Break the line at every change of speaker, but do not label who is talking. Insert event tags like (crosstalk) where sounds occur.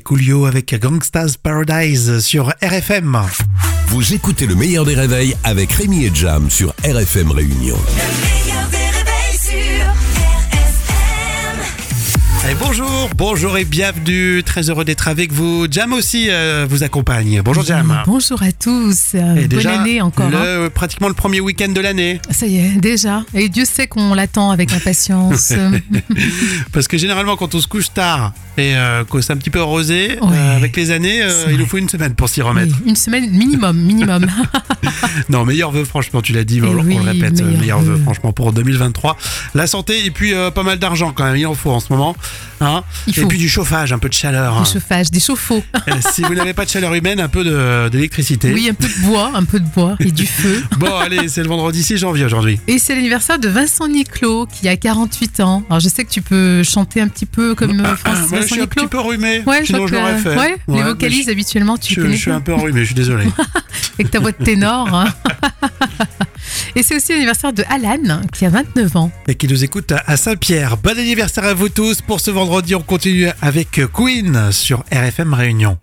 Coolio avec Gangsta's Paradise sur RFM.
Vous écoutez le meilleur des réveils avec Rémi et Jam sur RFM Réunion.
meilleur des réveils sur RFM.
Et bonjour, bonjour et bienvenue. Très heureux d'être avec vous. Jam aussi euh, vous accompagne. Bonjour Jam.
Bonjour à tous. Euh,
Et
Bonne
déjà,
année encore. hein.
le- pratiquement le premier week-end de l'année.
Ça y est, déjà. Et Dieu sait qu'on l'attend
(laughs)
avec impatience.
Parce que généralement, quand on se couche tard et euh, que c'est un petit peu rosé,
Ouais.
euh, avec les années, euh,
C'est
il
vrai.
nous faut une semaine pour s'y
Oui,
remettre.
une semaine minimum, minimum.
Non, meilleur vœu, franchement, tu l'as dit,
Eh
on, on
oui,
le répète, meilleur,
meilleurs
vœu,
vœux.
franchement, pour 2023. La santé et puis euh, pas mal d'argent quand même, il en faut en ce moment. Hein
Il
Et
faut.
puis du chauffage, un peu de chaleur. hein.
Des chauffages, des chauffe-eau.
Euh, si vous n'avez pas de chaleur humaine, un peu de- d'électricité.
Oui, un peu de bois, un peu de bois et du feu.
Bon, allez, c'est le vendredi 6 janvier aujourd'hui.
Et c'est l'anniversaire de Vincent Niclot qui a 48 ans. Alors je sais que tu peux chanter un petit peu comme euh, Francis
Ah, Moi, je
Vincent
suis un
Niclot.
petit peu enrhumé,
Ouais,
sinon
crois
je l'aurais
que, euh,
fait.
ouais, les
mais
vocalises habituellement tu
Je, je-
connais
je suis
pas.
un peu enrhumé, je suis désolé.
avec ta voix de ténor.
(laughs)
hein. Et c'est aussi l'anniversaire de Alan qui a 29 ans.
Et qui nous écoute à Saint-Pierre. Bon anniversaire à vous tous. Pour ce vendredi, on continue avec Queen sur RFM Réunion.